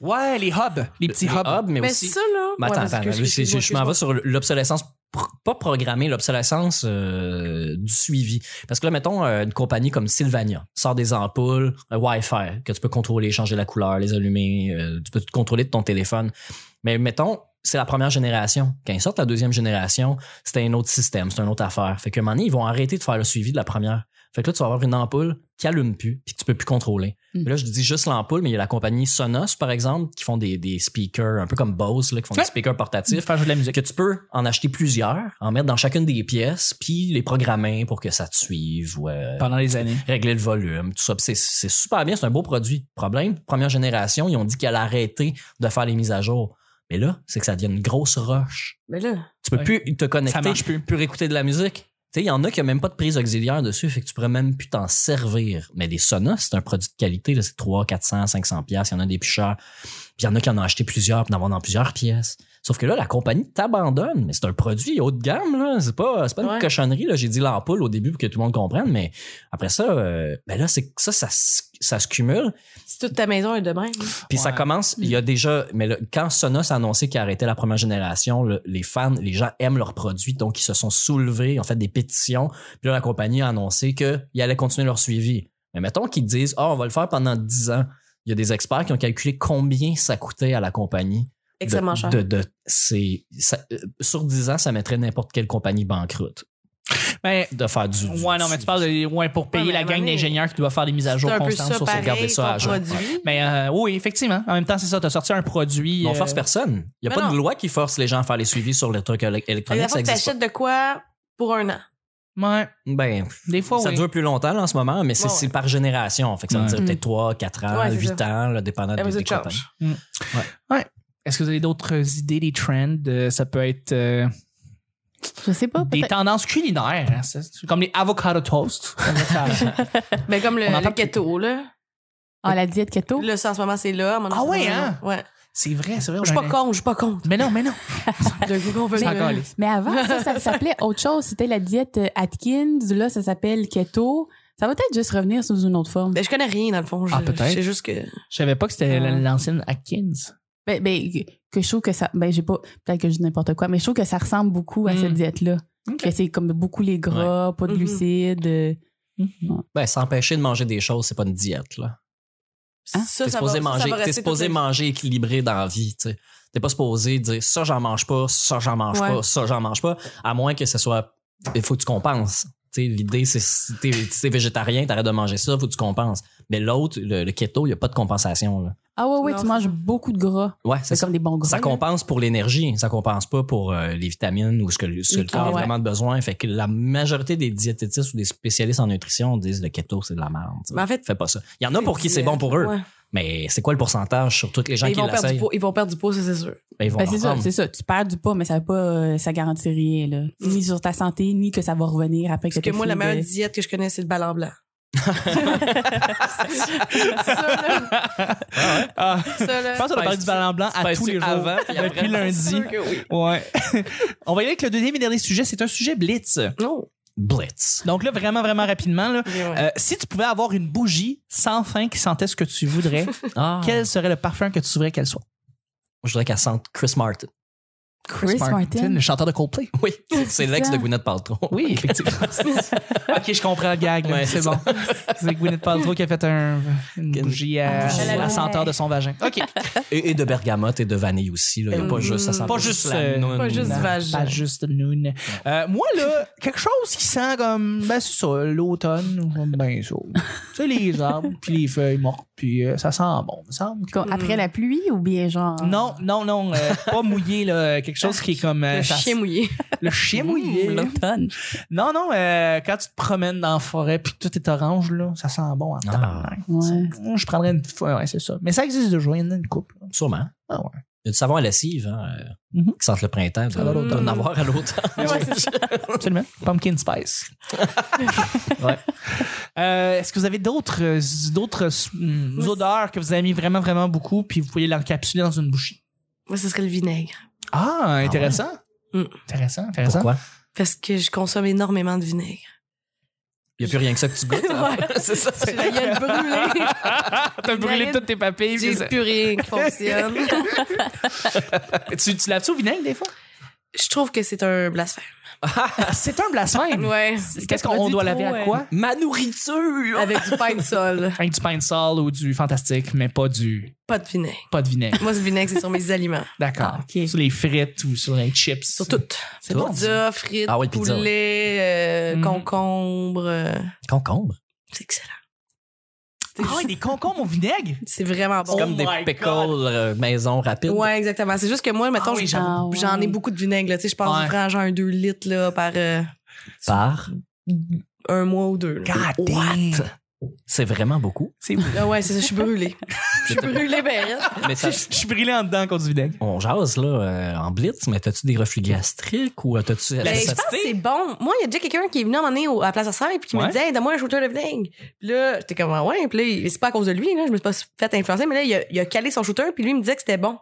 [SPEAKER 1] Ouais, les hubs, les petits
[SPEAKER 3] les
[SPEAKER 1] hubs.
[SPEAKER 3] hubs, mais,
[SPEAKER 2] Ah, Mais
[SPEAKER 3] aussi.
[SPEAKER 2] ça, là.
[SPEAKER 3] Mais
[SPEAKER 2] Ouais,
[SPEAKER 3] Bah, attends,
[SPEAKER 2] parce
[SPEAKER 3] attends,
[SPEAKER 2] que-
[SPEAKER 3] je- je, je- je m'en vais sur l'obsolescence pr- pas programmée, l'obsolescence euh, du suivi. Parce que là, mettons, euh, une compagnie comme Sylvania sort des ampoules euh, Wi-Fi que tu peux contrôler, changer la couleur, les allumer, euh, tu peux te contrôler de ton téléphone. Mais mettons, c'est la première génération. Quand ils sortent la deuxième génération, c'est un autre système, c'est une autre affaire. Fait que un moment donné, ils vont arrêter de faire le suivi de la première. Fait que là, tu vas avoir une ampoule qui allume plus, puis que tu peux plus contrôler.
[SPEAKER 4] Mm.
[SPEAKER 3] Mais Là, je dis juste l'ampoule, mais il y a la compagnie Sonos, par exemple, qui font des, des speakers, un peu comme Bose, là, qui font
[SPEAKER 1] Ouais.
[SPEAKER 3] des speakers portatifs.
[SPEAKER 1] Faire jouer de la musique.
[SPEAKER 3] Que tu peux en acheter plusieurs, en mettre dans chacune des pièces, puis les programmer pour que ça te suive, ou euh,
[SPEAKER 1] Pendant les années.
[SPEAKER 3] régler le volume, tout ça. Puis C'est c'est super bien, c'est un beau produit. Problème, première génération, ils ont dit qu'ils allaient arrêter de faire les mises à jour. Mais là, c'est que ça devient une grosse roche.
[SPEAKER 2] Mais là.
[SPEAKER 3] Tu peux
[SPEAKER 1] Ouais.
[SPEAKER 3] plus te
[SPEAKER 1] Ça
[SPEAKER 3] connecter,
[SPEAKER 1] marche plus.
[SPEAKER 3] plus réécouter de la musique. Tu sais, il y en a qui n'ont même pas de prise auxiliaire dessus, fait que tu pourrais même plus t'en servir. Mais les Sonos, c'est un produit de qualité, là, c'est 300, 400, 500 pièces. Il y en a des plus chers. Puis il y en a qui en ont acheté plusieurs, puis d'en avoir dans plusieurs pièces. Sauf que là, la compagnie t'abandonne, mais c'est un produit haut de gamme, là. C'est pas, c'est pas une
[SPEAKER 2] Ouais.
[SPEAKER 3] cochonnerie, là. J'ai dit l'ampoule au début pour que tout le monde comprenne, mais après ça, euh, ben là, c'est que ça, ça, se- ça se cumule.
[SPEAKER 2] Si toute ta maison est de même.
[SPEAKER 3] Puis ça
[SPEAKER 1] Ouais.
[SPEAKER 3] commence, il y a déjà, mais le- quand Sonos a annoncé qu'il arrêtait la première génération, le- les fans, les gens aiment leurs produits, donc ils se sont soulevés, ils ont fait des pétitions. Puis là, la compagnie a annoncé qu'ils allaient continuer leur suivi. Mais mettons qu'ils disent, ah, on va le faire pendant 10 ans. Il y a des experts qui ont calculé combien ça coûtait à la compagnie. de-
[SPEAKER 2] Extrêmement cher.
[SPEAKER 3] de- de- c'est- ça- euh, sur 10 ans, ça mettrait n'importe quelle compagnie banqueroute
[SPEAKER 1] Ben,
[SPEAKER 3] de faire du. du-
[SPEAKER 1] ouais, non, mais tu parles de, ouais, pour payer
[SPEAKER 2] mais à
[SPEAKER 1] la
[SPEAKER 2] un
[SPEAKER 1] gang
[SPEAKER 2] moment donné,
[SPEAKER 1] d'ingénieurs qui doit faire des mises à jour
[SPEAKER 2] C'est un peu
[SPEAKER 1] constantes
[SPEAKER 2] ça,
[SPEAKER 1] sur ses
[SPEAKER 2] pareil,
[SPEAKER 3] garder ça à
[SPEAKER 2] ton
[SPEAKER 3] jour.
[SPEAKER 2] produit.
[SPEAKER 1] Mais euh, oui, effectivement. En même temps, c'est ça. T'as sorti un produit.
[SPEAKER 3] Mais on
[SPEAKER 1] euh,
[SPEAKER 3] force personne. Il n'y a pas
[SPEAKER 2] Mais
[SPEAKER 3] de
[SPEAKER 2] non.
[SPEAKER 3] loi qui force les gens à faire les suivis sur les trucs éle-
[SPEAKER 2] Fait que
[SPEAKER 3] électroniques.
[SPEAKER 2] La
[SPEAKER 3] ça
[SPEAKER 2] fois que
[SPEAKER 3] existe pas.
[SPEAKER 2] t'achètes de quoi pour un an.
[SPEAKER 1] Ouais.
[SPEAKER 3] Ben,
[SPEAKER 1] Des fois,
[SPEAKER 3] ça
[SPEAKER 1] oui.
[SPEAKER 3] dure plus longtemps là, en ce moment, mais c'est
[SPEAKER 2] Ouais, Ah ouais.
[SPEAKER 3] c'est par génération. Fait que ça veut
[SPEAKER 1] Ouais.
[SPEAKER 3] dire peut-être 3, 4 ans,
[SPEAKER 2] Ouais, c'est
[SPEAKER 3] 8 ans, là, dépendant
[SPEAKER 2] Et
[SPEAKER 3] des,
[SPEAKER 2] vous
[SPEAKER 3] des
[SPEAKER 2] êtes
[SPEAKER 3] compagnies.
[SPEAKER 2] change.
[SPEAKER 1] Est-ce que vous avez d'autres idées, des trends? Euh, ça peut être euh,
[SPEAKER 4] Je sais pas.
[SPEAKER 1] des
[SPEAKER 4] Oh, peut-être-
[SPEAKER 1] tendances culinaires. hein. C'est- c'est comme les avocado toast.
[SPEAKER 2] Mais comme le,
[SPEAKER 1] On en
[SPEAKER 2] le
[SPEAKER 1] parle plus.
[SPEAKER 2] keto, là.
[SPEAKER 4] Ah, la diète keto.
[SPEAKER 2] Là, ça, en ce moment, c'est là. mon
[SPEAKER 1] Ah
[SPEAKER 2] enfant,
[SPEAKER 1] ouais,
[SPEAKER 2] non,
[SPEAKER 1] hein?
[SPEAKER 2] non. Ouais.
[SPEAKER 1] c'est vrai, c'est vrai.
[SPEAKER 2] Je suis
[SPEAKER 1] on
[SPEAKER 2] pas
[SPEAKER 1] a-
[SPEAKER 2] contre, je suis pas contre.
[SPEAKER 1] Mais non, mais non.
[SPEAKER 2] De Google, on veut
[SPEAKER 1] C'est
[SPEAKER 2] le-
[SPEAKER 1] encore lisse.
[SPEAKER 4] Mais avant, ça, ça s'appelait autre chose. C'était la diète euh, Atkins. Là, ça s'appelle keto. Ça va peut-être juste revenir sous une autre forme.
[SPEAKER 2] Ben, je connais rien, dans le fond. Je,
[SPEAKER 1] Ah, peut-être.
[SPEAKER 2] je sais juste
[SPEAKER 3] Hein?
[SPEAKER 2] que.
[SPEAKER 1] Je savais pas que c'était
[SPEAKER 4] Ouais.
[SPEAKER 1] l'ancienne Atkins.
[SPEAKER 4] Ben, ben, que je trouve que ça. Ben, j'ai pas. Peut-être que je dis n'importe quoi, mais je trouve que ça ressemble beaucoup à
[SPEAKER 1] Mm.
[SPEAKER 2] Hmm.
[SPEAKER 4] cette diète-là. Que c'est comme beaucoup les gras, pas de
[SPEAKER 2] Mhm.
[SPEAKER 4] glucides. euh,
[SPEAKER 3] Ben, s'empêcher de manger des choses, c'est pas une diète, là.
[SPEAKER 4] Hein?
[SPEAKER 2] Ça,
[SPEAKER 3] T'es
[SPEAKER 2] ça
[SPEAKER 3] supposé
[SPEAKER 2] va- ça, ça
[SPEAKER 3] manger,
[SPEAKER 2] va
[SPEAKER 3] t'es
[SPEAKER 2] rester
[SPEAKER 3] supposé
[SPEAKER 2] toute la-
[SPEAKER 3] manger équilibré dans la vie, tu sais. T'es pas supposé dire ça, j'en mange pas, ça, j'en mange
[SPEAKER 2] Ouais.
[SPEAKER 3] pas, ça, j'en mange pas, à moins que ce soit. Il faut que tu compenses. Tu sais, l'idée, c'est si t'es si t'es végétarien, t'arrêtes de manger ça, faut que tu compenses. Mais l'autre, le, le keto, il n'y a pas de compensation, là.
[SPEAKER 4] Ah ouais, ouais,
[SPEAKER 2] Non,
[SPEAKER 4] tu
[SPEAKER 2] c'est
[SPEAKER 4] manges
[SPEAKER 2] ça.
[SPEAKER 4] beaucoup de gras.
[SPEAKER 3] Ouais, c'est
[SPEAKER 4] C'est
[SPEAKER 3] ça.
[SPEAKER 4] comme des bons gras.
[SPEAKER 3] Ça
[SPEAKER 4] là.
[SPEAKER 3] compense pour l'énergie, ça compense pas pour euh, les vitamines ou ce que, le- ce que le
[SPEAKER 4] Ok,
[SPEAKER 3] corps a
[SPEAKER 4] ouais.
[SPEAKER 3] vraiment besoin. Fait que la majorité des diététistes ou des spécialistes en nutrition disent le keto c'est de la merde. tu sais.
[SPEAKER 2] Mais Ben, en fait,
[SPEAKER 3] Fais pas ça. Il y en a pour qui c'est bon pour eux,
[SPEAKER 2] Ouais. Ben,
[SPEAKER 3] mais c'est quoi le pourcentage sur toutes les gens
[SPEAKER 2] Ils
[SPEAKER 3] qui
[SPEAKER 2] vont perdre du
[SPEAKER 3] l'essayent?
[SPEAKER 2] poids, ils vont perdre du poids, ça, c'est sûr.
[SPEAKER 3] Ben, ils vont
[SPEAKER 4] Ben,
[SPEAKER 3] en
[SPEAKER 4] c'est ça,
[SPEAKER 3] prendre.
[SPEAKER 4] c'est ça. Tu perds du poids, mais ça veut pas, euh, ça garantit rien, là. Ni sur ta santé, ni que ça va revenir après que
[SPEAKER 2] Mm. Parce que
[SPEAKER 4] t'as
[SPEAKER 2] moi, la
[SPEAKER 4] fini
[SPEAKER 2] meilleure
[SPEAKER 4] de-
[SPEAKER 2] diète que je connais, c'est le ballon blanc.
[SPEAKER 1] Ah,
[SPEAKER 4] Euh,
[SPEAKER 2] Ça, là.
[SPEAKER 1] je pense qu'on a parlé du ballon blanc à
[SPEAKER 3] pèses-tu
[SPEAKER 1] tous les jours.
[SPEAKER 3] avant, puis après,
[SPEAKER 1] depuis
[SPEAKER 2] c'est
[SPEAKER 1] lundi.
[SPEAKER 2] sûr que oui.
[SPEAKER 1] Ouais. on va y aller avec le deuxième et dernier sujet. C'est un sujet blitz.
[SPEAKER 2] Non.
[SPEAKER 3] Blitz.
[SPEAKER 1] Donc là, vraiment, vraiment rapidement, là,
[SPEAKER 2] Mais ouais.
[SPEAKER 1] euh, si tu pouvais avoir une bougie sans fin qui sentait ce que tu voudrais,
[SPEAKER 3] Ah,
[SPEAKER 1] quel serait le parfum que tu voudrais qu'elle soit?
[SPEAKER 3] Je voudrais qu'elle sente Chris Martin.
[SPEAKER 4] Chris Martin.
[SPEAKER 1] le chanteur de Coldplay.
[SPEAKER 3] Oui, c'est l'ex
[SPEAKER 4] ça.
[SPEAKER 3] de Gwyneth Paltrow.
[SPEAKER 1] Oui, effectivement. ok, je comprends le gag. là,
[SPEAKER 3] Ouais,
[SPEAKER 1] c'est
[SPEAKER 3] c'est
[SPEAKER 1] bon. C'est Gwyneth Paltrow qui a fait un- une
[SPEAKER 3] Une-
[SPEAKER 1] bougie à,
[SPEAKER 4] bougie.
[SPEAKER 1] à la senteur de son vagin. Ok.
[SPEAKER 3] Et, et de bergamote et de vanille aussi. Là. Il n'y a pas
[SPEAKER 2] Mm.
[SPEAKER 3] juste ça sent
[SPEAKER 1] Pas juste,
[SPEAKER 3] la
[SPEAKER 1] euh,
[SPEAKER 3] noune.
[SPEAKER 2] pas juste
[SPEAKER 1] Non,
[SPEAKER 2] vagin.
[SPEAKER 1] Pas juste noon. Euh, moi, là, quelque chose qui sent comme, ben, c'est ça, l'automne, j'aime bien ça. Tu sais, les arbres, puis les feuilles mortes, puis euh, ça sent bon, il me semble.
[SPEAKER 4] Comme
[SPEAKER 2] mm.
[SPEAKER 4] Après la pluie ou bien genre.
[SPEAKER 1] Non, non, non, euh, pas mouillé, là, quelque chose qui est comme... euh,
[SPEAKER 2] Le
[SPEAKER 1] ça-
[SPEAKER 2] chien mouillé.
[SPEAKER 1] le chien mouillé.
[SPEAKER 4] Mmh, L'automne.
[SPEAKER 1] Non, non, euh, quand tu te promènes dans la forêt, puis que tout est orange, là, ça sent bon en
[SPEAKER 3] Ah.
[SPEAKER 1] tabarnak.
[SPEAKER 4] Ouais.
[SPEAKER 1] Moi, Je prendrais une fois, ouais, c'est ça. Mais ça existe toujours, il y en a une couple.
[SPEAKER 3] Sûrement.
[SPEAKER 1] Ah ouais.
[SPEAKER 3] Il y a du savon à lessive hein, euh,
[SPEAKER 1] Mhm.
[SPEAKER 3] qui sent le printemps.
[SPEAKER 1] Ça va
[SPEAKER 3] de-
[SPEAKER 1] l'automne.
[SPEAKER 3] d'en avoir à l'automne.
[SPEAKER 1] Absolument. Pumpkin spice. Ouais. Euh, Est-ce que vous avez d'autres euh, d'autres hum,
[SPEAKER 2] Moi,
[SPEAKER 1] odeurs que vous aimez vraiment, vraiment beaucoup, puis vous pouvez l'encapsuler dans une bouchée?
[SPEAKER 2] Moi, ce serait le vinaigre.
[SPEAKER 1] Ah, intéressant.
[SPEAKER 2] ouais.
[SPEAKER 1] Intéressant, intéressant.
[SPEAKER 3] Pourquoi?
[SPEAKER 2] Parce que je consomme énormément de vinaigre.
[SPEAKER 3] Il n'y a plus rien que ça que tu goûtes. hein?
[SPEAKER 2] Ouais.
[SPEAKER 3] c'est ça.
[SPEAKER 2] J'ai la gueule brûlée.
[SPEAKER 1] T'as brûlé toutes tes papilles. puis
[SPEAKER 2] J'ai
[SPEAKER 1] ça-
[SPEAKER 2] plus rien qui fonctionne.
[SPEAKER 1] Tu, tu laves-tu au vinaigre des fois?
[SPEAKER 2] Je trouve que c'est un blasphème.
[SPEAKER 1] Ah, C'est un blasphème.
[SPEAKER 2] Ouais.
[SPEAKER 1] Qu'est-ce qu'on doit laver à quoi?
[SPEAKER 3] Ma nourriture!
[SPEAKER 2] Avec du pain de sol,
[SPEAKER 1] Avec du pain de sel ou du fantastique, mais pas du
[SPEAKER 2] pas de vinaigre.
[SPEAKER 1] pas de vinaigre.
[SPEAKER 2] Moi, ce vinaigre, c'est sur mes aliments.
[SPEAKER 1] D'accord.
[SPEAKER 4] Ah, ok.
[SPEAKER 1] Sur les frites ou sur les chips.
[SPEAKER 2] Sur tout.
[SPEAKER 1] C'est bon.
[SPEAKER 2] Pizza, frites,
[SPEAKER 3] Ah ouais, pizza,
[SPEAKER 2] poulet, euh,
[SPEAKER 1] Mm.
[SPEAKER 2] concombre. euh,
[SPEAKER 3] Concombre.
[SPEAKER 2] C'est excellent.
[SPEAKER 1] Ah ouais, des concombres au vinaigre?
[SPEAKER 2] C'est vraiment
[SPEAKER 3] C'est
[SPEAKER 2] bon.
[SPEAKER 3] comme des
[SPEAKER 1] my
[SPEAKER 3] pickles
[SPEAKER 1] God.
[SPEAKER 3] euh, maison rapide.
[SPEAKER 2] Oh Ouais, exactement. C'est juste que moi, mettons,
[SPEAKER 1] Ah oui,
[SPEAKER 2] je-
[SPEAKER 4] Ah ouais.
[SPEAKER 2] j'en ai beaucoup de vinaigre. là. Tu sais, je pense
[SPEAKER 1] Ouais.
[SPEAKER 2] vraiment genre un 2 litres là, par euh,
[SPEAKER 3] Par.
[SPEAKER 2] un mois ou deux. là.
[SPEAKER 1] God damn.
[SPEAKER 3] C'est vraiment beaucoup.
[SPEAKER 1] C'est
[SPEAKER 2] Ah ouais, c'est ça, je suis brûlée. Je suis brûlée, ben.
[SPEAKER 3] Mais ça-
[SPEAKER 1] Je suis brûlé en dedans contre du vinaigre.
[SPEAKER 3] on jase là euh, en blitz, mais t'as-tu des reflux gastriques ou euh, t'as-tu
[SPEAKER 1] Ben,
[SPEAKER 2] Ben,
[SPEAKER 1] c'est
[SPEAKER 2] je pense
[SPEAKER 1] ça.
[SPEAKER 2] que c'est bon. Moi, il y a déjà quelqu'un qui est venu à un moment donné au- à la place à serre et qui
[SPEAKER 1] Ouais.
[SPEAKER 2] me disait hey, Donne-moi un shooter de vinaigre. Puis là, j'étais comme Ah Ouais, puis là, il- c'est pas à cause de lui, là, je me suis pas fait influencer, mais là, il a, il a calé son shooter puis lui, il me disait que c'était bon.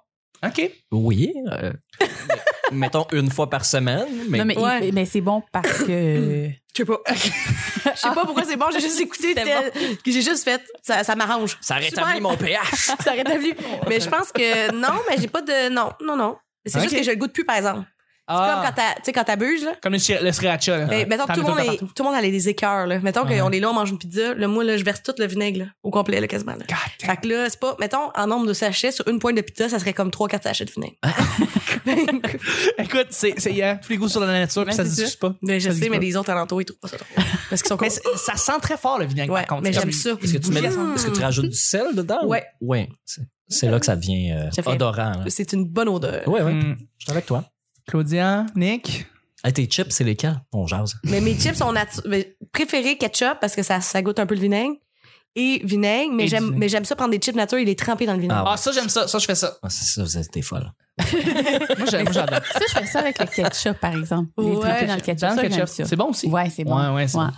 [SPEAKER 1] OK.
[SPEAKER 3] Oui. euh, mettons une fois par semaine. Mais,
[SPEAKER 4] Non, mais, il-
[SPEAKER 2] Ouais.
[SPEAKER 4] mais c'est bon parce que.
[SPEAKER 2] Je sais pas. Je sais pas pourquoi c'est bon, j'ai juste écouté
[SPEAKER 4] C'était
[SPEAKER 2] tel- que j'ai juste fait ça, ça m'arrange.
[SPEAKER 3] ça rétablit
[SPEAKER 2] Super.
[SPEAKER 3] mon pH.
[SPEAKER 2] Ça rétablit.
[SPEAKER 1] Oh,
[SPEAKER 2] mais je pense que non, mais j'ai pas de non, non non. C'est juste
[SPEAKER 1] Ok.
[SPEAKER 2] que je le goûte plus par exemple. Comme quand
[SPEAKER 1] Ah,
[SPEAKER 2] t'as- tu sais quand t'abuses là.
[SPEAKER 1] comme le, chi- le sriracha. Là.
[SPEAKER 2] Mais mettons que
[SPEAKER 1] T'en
[SPEAKER 2] tout le
[SPEAKER 1] mets
[SPEAKER 2] monde
[SPEAKER 1] un
[SPEAKER 2] est-
[SPEAKER 1] partout.
[SPEAKER 2] tout le monde a les écœurs là. Mettons
[SPEAKER 1] Ouais.
[SPEAKER 2] qu'on est là on mange une pizza, là moi là je verse tout le vinaigre là, au complet là, quasiment là.
[SPEAKER 1] God damn.
[SPEAKER 2] Fait que là, c'est pas, mettons, en nombre de sachets, sur une pointe de pizza, ça serait comme 3-4 sachets de vinaigre.
[SPEAKER 1] Écoute, c'est c'est hein, tous les goûts sur la nature, puis ça se
[SPEAKER 4] c'est
[SPEAKER 1] discute pas.
[SPEAKER 2] mais Ben, je
[SPEAKER 1] Ça se
[SPEAKER 2] sais,
[SPEAKER 1] dit
[SPEAKER 2] mais
[SPEAKER 1] pas.
[SPEAKER 2] les autres alentours, ils trouvent pas ça drôle. Parce qu'ils sont
[SPEAKER 1] Mais
[SPEAKER 2] cons.
[SPEAKER 1] c'est- ça sent très fort le vinaigre
[SPEAKER 2] Ouais,
[SPEAKER 1] par contre.
[SPEAKER 2] mais
[SPEAKER 1] C'est
[SPEAKER 2] j'aime
[SPEAKER 1] comme-
[SPEAKER 2] ça.
[SPEAKER 3] Est-ce que, tu mets-
[SPEAKER 1] Bougie à cent.
[SPEAKER 3] est-ce que tu rajoutes du sel dedans?
[SPEAKER 2] Ouais.
[SPEAKER 3] Oui. C'est là que ça devient euh,
[SPEAKER 2] Ça fait- euh,
[SPEAKER 3] odorant. là.
[SPEAKER 2] C'est une bonne odeur.
[SPEAKER 3] Ouais, ouais.
[SPEAKER 1] Hum,
[SPEAKER 3] Je suis avec toi.
[SPEAKER 1] Claudia, Nick.
[SPEAKER 3] Hey, tes chips, c'est lesquels? On jase.
[SPEAKER 2] Mais mes chips sont natu- mais préférés ketchup parce que ça, ça goûte un peu le vinaigre. Et vinaigre,
[SPEAKER 1] Et
[SPEAKER 2] mais
[SPEAKER 1] du
[SPEAKER 2] j'aime,
[SPEAKER 1] vinaigre.
[SPEAKER 2] mais j'aime ça prendre des chips nature et les tremper dans le vinaigre.
[SPEAKER 1] Ah, ça, j'aime ça. Ça, je fais ça.
[SPEAKER 3] Ah, c'est ça, vous êtes des folles.
[SPEAKER 1] Moi, j'aime- moi, j'adore.
[SPEAKER 4] Ça, je fais ça avec le ketchup, par exemple. Les
[SPEAKER 2] Ouais.
[SPEAKER 4] trempés dans le ketchup.
[SPEAKER 1] Dans
[SPEAKER 4] ça,
[SPEAKER 1] le
[SPEAKER 4] j'aime
[SPEAKER 1] ketchup.
[SPEAKER 4] ça.
[SPEAKER 1] C'est bon aussi.
[SPEAKER 4] Ouais, c'est bon.
[SPEAKER 1] Ouais, ouais, c'est bon.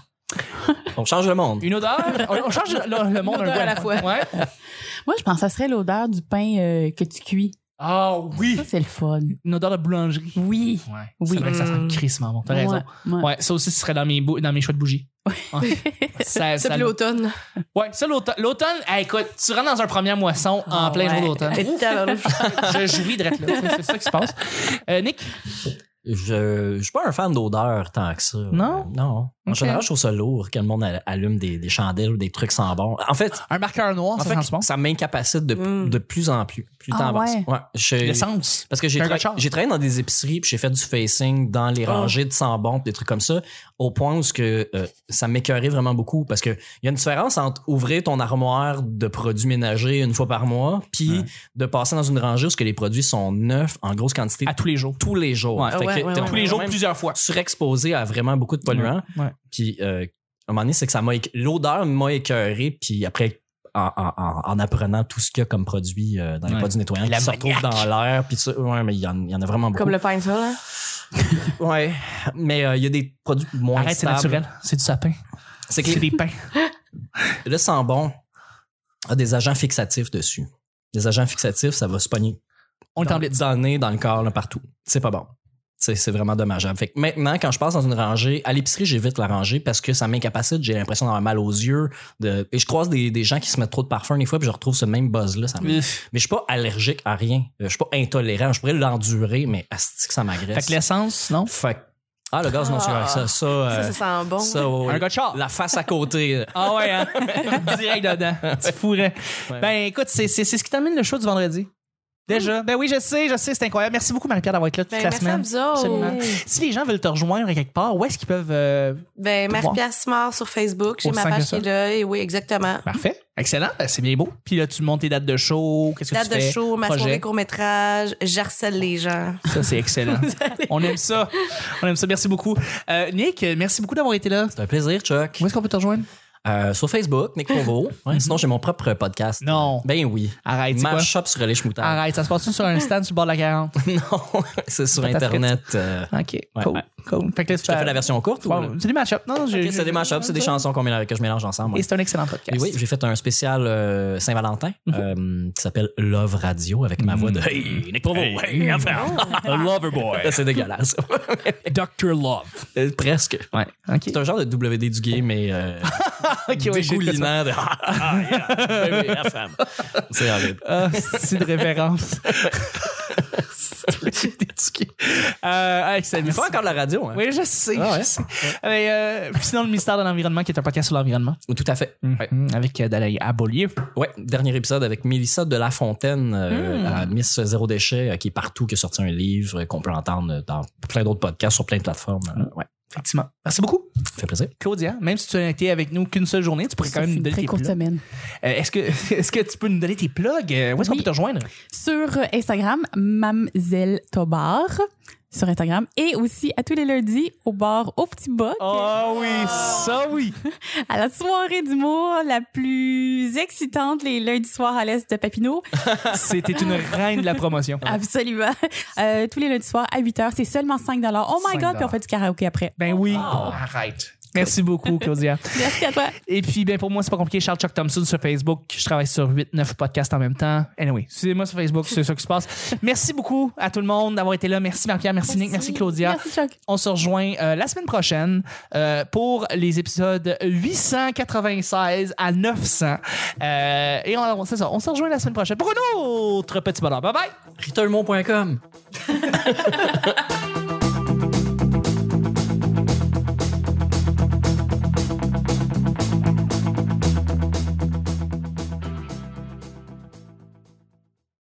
[SPEAKER 3] On change le monde.
[SPEAKER 1] Une odeur. On, on change le, le monde
[SPEAKER 2] Une
[SPEAKER 1] un peu
[SPEAKER 2] odeur à la fois.
[SPEAKER 1] Ouais.
[SPEAKER 4] Moi, je pense que ça serait l'odeur du pain euh, que tu cuis.
[SPEAKER 1] Ah oui.
[SPEAKER 4] Ça, c'est le fun.
[SPEAKER 1] Une odeur de boulangerie.
[SPEAKER 4] Oui.
[SPEAKER 1] Ouais.
[SPEAKER 4] Oui.
[SPEAKER 1] C'est vrai que ça sent
[SPEAKER 2] Mm.
[SPEAKER 1] crissement bon. T'as
[SPEAKER 4] Ouais,
[SPEAKER 1] raison.
[SPEAKER 4] ouais.
[SPEAKER 1] Ouais, ça aussi, ce serait dans mes, bou- dans mes choix de bougies. Ouais. ça,
[SPEAKER 2] C'est
[SPEAKER 1] ça-
[SPEAKER 2] plus l'automne.
[SPEAKER 1] ouais, ça, l'automne. L'automne, hey, écoute, tu rentres dans un premier moisson en
[SPEAKER 2] Ah,
[SPEAKER 1] plein jour d'automne.
[SPEAKER 2] Et tabarnouche.
[SPEAKER 1] Je jouis de là. C'est- C'est ça qui se passe. Euh, Nick,
[SPEAKER 3] Je, je suis pas un fan d'odeur tant que ça.
[SPEAKER 1] Non?
[SPEAKER 3] Euh, non. En
[SPEAKER 1] Ok.
[SPEAKER 3] général, je trouve ça lourd quand le monde a- allume des, des chandelles ou des trucs sans bon. En fait,
[SPEAKER 1] un marqueur noir,
[SPEAKER 3] en
[SPEAKER 1] Ah, ça
[SPEAKER 3] fait
[SPEAKER 1] sent bon.
[SPEAKER 3] ça m'incapacite de,
[SPEAKER 2] Mm.
[SPEAKER 3] de plus en plus. Plus le
[SPEAKER 4] Ah,
[SPEAKER 3] temps avance.
[SPEAKER 4] ouais.
[SPEAKER 3] Ouais, je-
[SPEAKER 1] Le sens.
[SPEAKER 3] Parce que j'ai
[SPEAKER 1] T'es un
[SPEAKER 3] tra-
[SPEAKER 1] gars de char.
[SPEAKER 3] j'ai travaillé dans des épiceries, puis j'ai fait du facing dans les
[SPEAKER 1] Oh.
[SPEAKER 2] Ah.
[SPEAKER 3] rangées de sans bon, des trucs comme ça, au point où ce que, euh, ça m'écœurait vraiment beaucoup. Parce qu'il y a une différence entre ouvrir ton armoire de produits ménagers une fois par mois, puis
[SPEAKER 1] Ouais.
[SPEAKER 3] de passer dans une rangée où ce que les produits sont neufs en grosse quantité
[SPEAKER 1] À tous les jours.
[SPEAKER 3] tous les jours.
[SPEAKER 1] Ouais.
[SPEAKER 3] Fait
[SPEAKER 2] Ah ouais,
[SPEAKER 3] que
[SPEAKER 2] ouais,
[SPEAKER 3] t'es
[SPEAKER 2] ouais.
[SPEAKER 1] Tous les jours,
[SPEAKER 3] quand même
[SPEAKER 1] plusieurs fois.
[SPEAKER 3] surexposé à vraiment beaucoup de polluants.
[SPEAKER 1] Ouais. Ouais.
[SPEAKER 3] Puis euh, à un moment donné, c'est que ça m'a éc- l'odeur m'a écœuré. Puis après, en, en- en- en apprenant tout ce qu'il y a comme produit euh, dans les
[SPEAKER 1] Ouais.
[SPEAKER 3] produits nettoyants,
[SPEAKER 1] La
[SPEAKER 3] qui se retrouve dans l'air. Puis ça, ouais, mais il y, en- il y en a vraiment beaucoup.
[SPEAKER 2] Comme le pain de sol, hein?
[SPEAKER 3] Ouais, mais euh, il y a des produits moins
[SPEAKER 1] Arrête, c'est
[SPEAKER 3] stables.
[SPEAKER 1] naturel. C'est du sapin.
[SPEAKER 3] C'est
[SPEAKER 1] C'est
[SPEAKER 3] que
[SPEAKER 1] des pains.
[SPEAKER 3] le sang bon a des agents fixatifs dessus. Des agents fixatifs, ça va se pogner
[SPEAKER 1] On est
[SPEAKER 3] dans,
[SPEAKER 1] en blitz.
[SPEAKER 3] dans le nez, dans le corps, là, partout. C'est pas bon. C'est c'est vraiment dommageable. Fait que maintenant, quand je passe dans une rangée, à l'épicerie, j'évite la rangée parce que ça m'incapacite. J'ai l'impression d'avoir mal aux yeux. De... Et je croise des, des gens qui se mettent trop de parfum des fois, puis je retrouve ce même buzz-là. ça me-
[SPEAKER 1] Uff.
[SPEAKER 3] Mais je suis pas allergique à rien. Euh, Je suis pas intolérant. Je pourrais l'endurer, mais asti que ça m'agresse.
[SPEAKER 1] Fait que l'essence, non?
[SPEAKER 3] Fait que- Ah, le gaz, non, c'est
[SPEAKER 2] Ah.
[SPEAKER 3] correct. Ça, ça,
[SPEAKER 2] Ça,
[SPEAKER 3] euh,
[SPEAKER 2] ça sent bon.
[SPEAKER 3] ça, ouais, ouais.
[SPEAKER 1] Un gars de char.
[SPEAKER 3] La face à côté. euh.
[SPEAKER 1] Ah ouais, hein? Direct dedans. Tu fourrais.
[SPEAKER 3] Ouais.
[SPEAKER 1] Ben écoute, c'est c'est- c'est ce qui termine le show du vendredi. Déjà. Ben oui, je sais, je sais, c'est incroyable. Merci beaucoup, Marie-Pierre, d'avoir été là toute
[SPEAKER 2] Ben,
[SPEAKER 1] la
[SPEAKER 2] merci à
[SPEAKER 1] semaine.
[SPEAKER 2] vous autres.
[SPEAKER 1] Absolument. Si les gens veulent te rejoindre à quelque part, où est-ce qu'ils peuvent. euh,
[SPEAKER 2] Ben,
[SPEAKER 1] Pour
[SPEAKER 2] Marie-Pierre Simard sur Facebook. J'ai
[SPEAKER 1] Au
[SPEAKER 2] ma
[SPEAKER 1] cinq
[SPEAKER 2] page
[SPEAKER 1] de
[SPEAKER 2] qui est
[SPEAKER 1] sol.
[SPEAKER 2] là. Et oui, exactement.
[SPEAKER 1] Parfait. Excellent. Ben, c'est bien beau. Puis là, tu montes tes dates de show. Qu'est-ce que
[SPEAKER 2] Date
[SPEAKER 1] tu
[SPEAKER 2] de
[SPEAKER 1] fais?
[SPEAKER 2] show, ma
[SPEAKER 1] Projet.
[SPEAKER 2] soirée court-métrage. J'harcèle les gens.
[SPEAKER 1] Ça, c'est excellent. On aime ça. On aime ça. Merci beaucoup. Euh, Nick, merci beaucoup d'avoir été là.
[SPEAKER 3] C'est un plaisir, Chuck.
[SPEAKER 1] Où est-ce qu'on peut te rejoindre?
[SPEAKER 3] Euh, sur Facebook, Nick Provo. Ouais, sinon, j'ai mon propre podcast.
[SPEAKER 1] Non.
[SPEAKER 3] Ben oui.
[SPEAKER 1] Arrête, c'est quoi?
[SPEAKER 3] Mashup sur les moutarde.
[SPEAKER 1] Arrête, ça se passe-tu sur un stand sur le bord de la 40?
[SPEAKER 3] Non, c'est sur
[SPEAKER 1] Patate
[SPEAKER 3] Internet. euh,
[SPEAKER 1] OK,
[SPEAKER 3] Ouais,
[SPEAKER 1] cool,
[SPEAKER 3] ouais.
[SPEAKER 1] cool. Fait que là, tu
[SPEAKER 3] je te fais la version courte. ou-
[SPEAKER 1] Ouais, C'est des match-ups, non?
[SPEAKER 3] Ok,
[SPEAKER 1] j'ai-
[SPEAKER 3] c'est des mashups, c'est des chansons qu'on mélange- que je mélange ensemble. ouais.
[SPEAKER 1] Et c'est un Mhm. excellent podcast.
[SPEAKER 3] Et oui, j'ai fait un spécial euh, Saint-Valentin euh, qui s'appelle Love Radio avec
[SPEAKER 1] Mhm.
[SPEAKER 3] ma voix de Hey, Nick Provo, hey, enfin,
[SPEAKER 5] Loverboy.
[SPEAKER 3] C'est dégueulasse.
[SPEAKER 5] Dr. Love.
[SPEAKER 3] Euh, Presque.
[SPEAKER 1] Ouais, OK.
[SPEAKER 3] C'est un genre de WD du gay, mais euh,
[SPEAKER 1] Ok, ouais, j'ai fait ça.
[SPEAKER 3] dégoulinant de Ah, ah, yeah, baby, la femme. C'est horrible.
[SPEAKER 1] Ah, c'est de référence. euh, Alex, ça
[SPEAKER 3] Il faut encore de la radio, hein?
[SPEAKER 1] Oui, je sais.
[SPEAKER 3] Ah ouais?
[SPEAKER 1] je sais. Mais, euh, puis sinon, le mystère de l'environnement, qui est un podcast sur l'environnement,
[SPEAKER 3] Tout à fait. Ouais.
[SPEAKER 1] Mhm, avec euh, Dalaï Abolier.
[SPEAKER 3] Ouais, dernier épisode avec Mélissa de La Fontaine, euh, la Miss Zéro Déchet, euh, qui est partout, qui a sorti un livre euh, qu'on peut entendre dans plein d'autres podcasts sur plein de plateformes.
[SPEAKER 1] Hmm.
[SPEAKER 3] Euh, ouais,
[SPEAKER 1] Effectivement. Merci beaucoup,
[SPEAKER 3] ça fait plaisir.
[SPEAKER 1] Claudia. Même si tu n'as été avec nous qu'une seule journée, tu pourrais quand
[SPEAKER 4] Ça
[SPEAKER 1] même
[SPEAKER 4] fait
[SPEAKER 1] nous
[SPEAKER 4] une
[SPEAKER 1] donner
[SPEAKER 4] très
[SPEAKER 1] tes
[SPEAKER 4] courte
[SPEAKER 1] plugs.
[SPEAKER 4] semaine.
[SPEAKER 1] Euh, est-ce, que, est-ce que tu peux nous donner tes plugs? Euh, Où est-ce qu'on
[SPEAKER 4] Oui.
[SPEAKER 1] peut te rejoindre?
[SPEAKER 4] Sur euh, Instagram, Mamzelle Tobar. Sur Instagram. Et aussi à tous les lundis au bar au petit boc.
[SPEAKER 1] Oh oui, ça oui!
[SPEAKER 4] à la soirée d'humour la plus excitante les lundis soirs à l'est de Papineau.
[SPEAKER 1] C'était une reine de la promotion.
[SPEAKER 4] Absolument. Euh, tous les lundis soirs à 8 h. C'est seulement 5 Oh my
[SPEAKER 1] 5
[SPEAKER 4] God. Puis on fait du karaoké après.
[SPEAKER 1] Ben oui.
[SPEAKER 3] Wow.
[SPEAKER 1] Arrête. Merci beaucoup, Claudia.
[SPEAKER 4] Merci à toi.
[SPEAKER 1] Et puis, ben pour moi, c'est pas compliqué. Charles Chuck Thompson sur Facebook. Je travaille sur 8-9 podcasts en même temps. Anyway, suivez-moi sur Facebook, c'est ça qui se passe. Merci beaucoup à tout le monde d'avoir été là. Merci Marc-Pierre, merci, Nick, merci Claudia.
[SPEAKER 4] Merci, Chuck.
[SPEAKER 1] On se rejoint euh, la semaine prochaine euh, pour les épisodes 896 à 900. Euh, et on, on- c'est ça, on se rejoint la semaine prochaine pour un autre petit bonheur. Bye bye!
[SPEAKER 3] Ritelmont.com.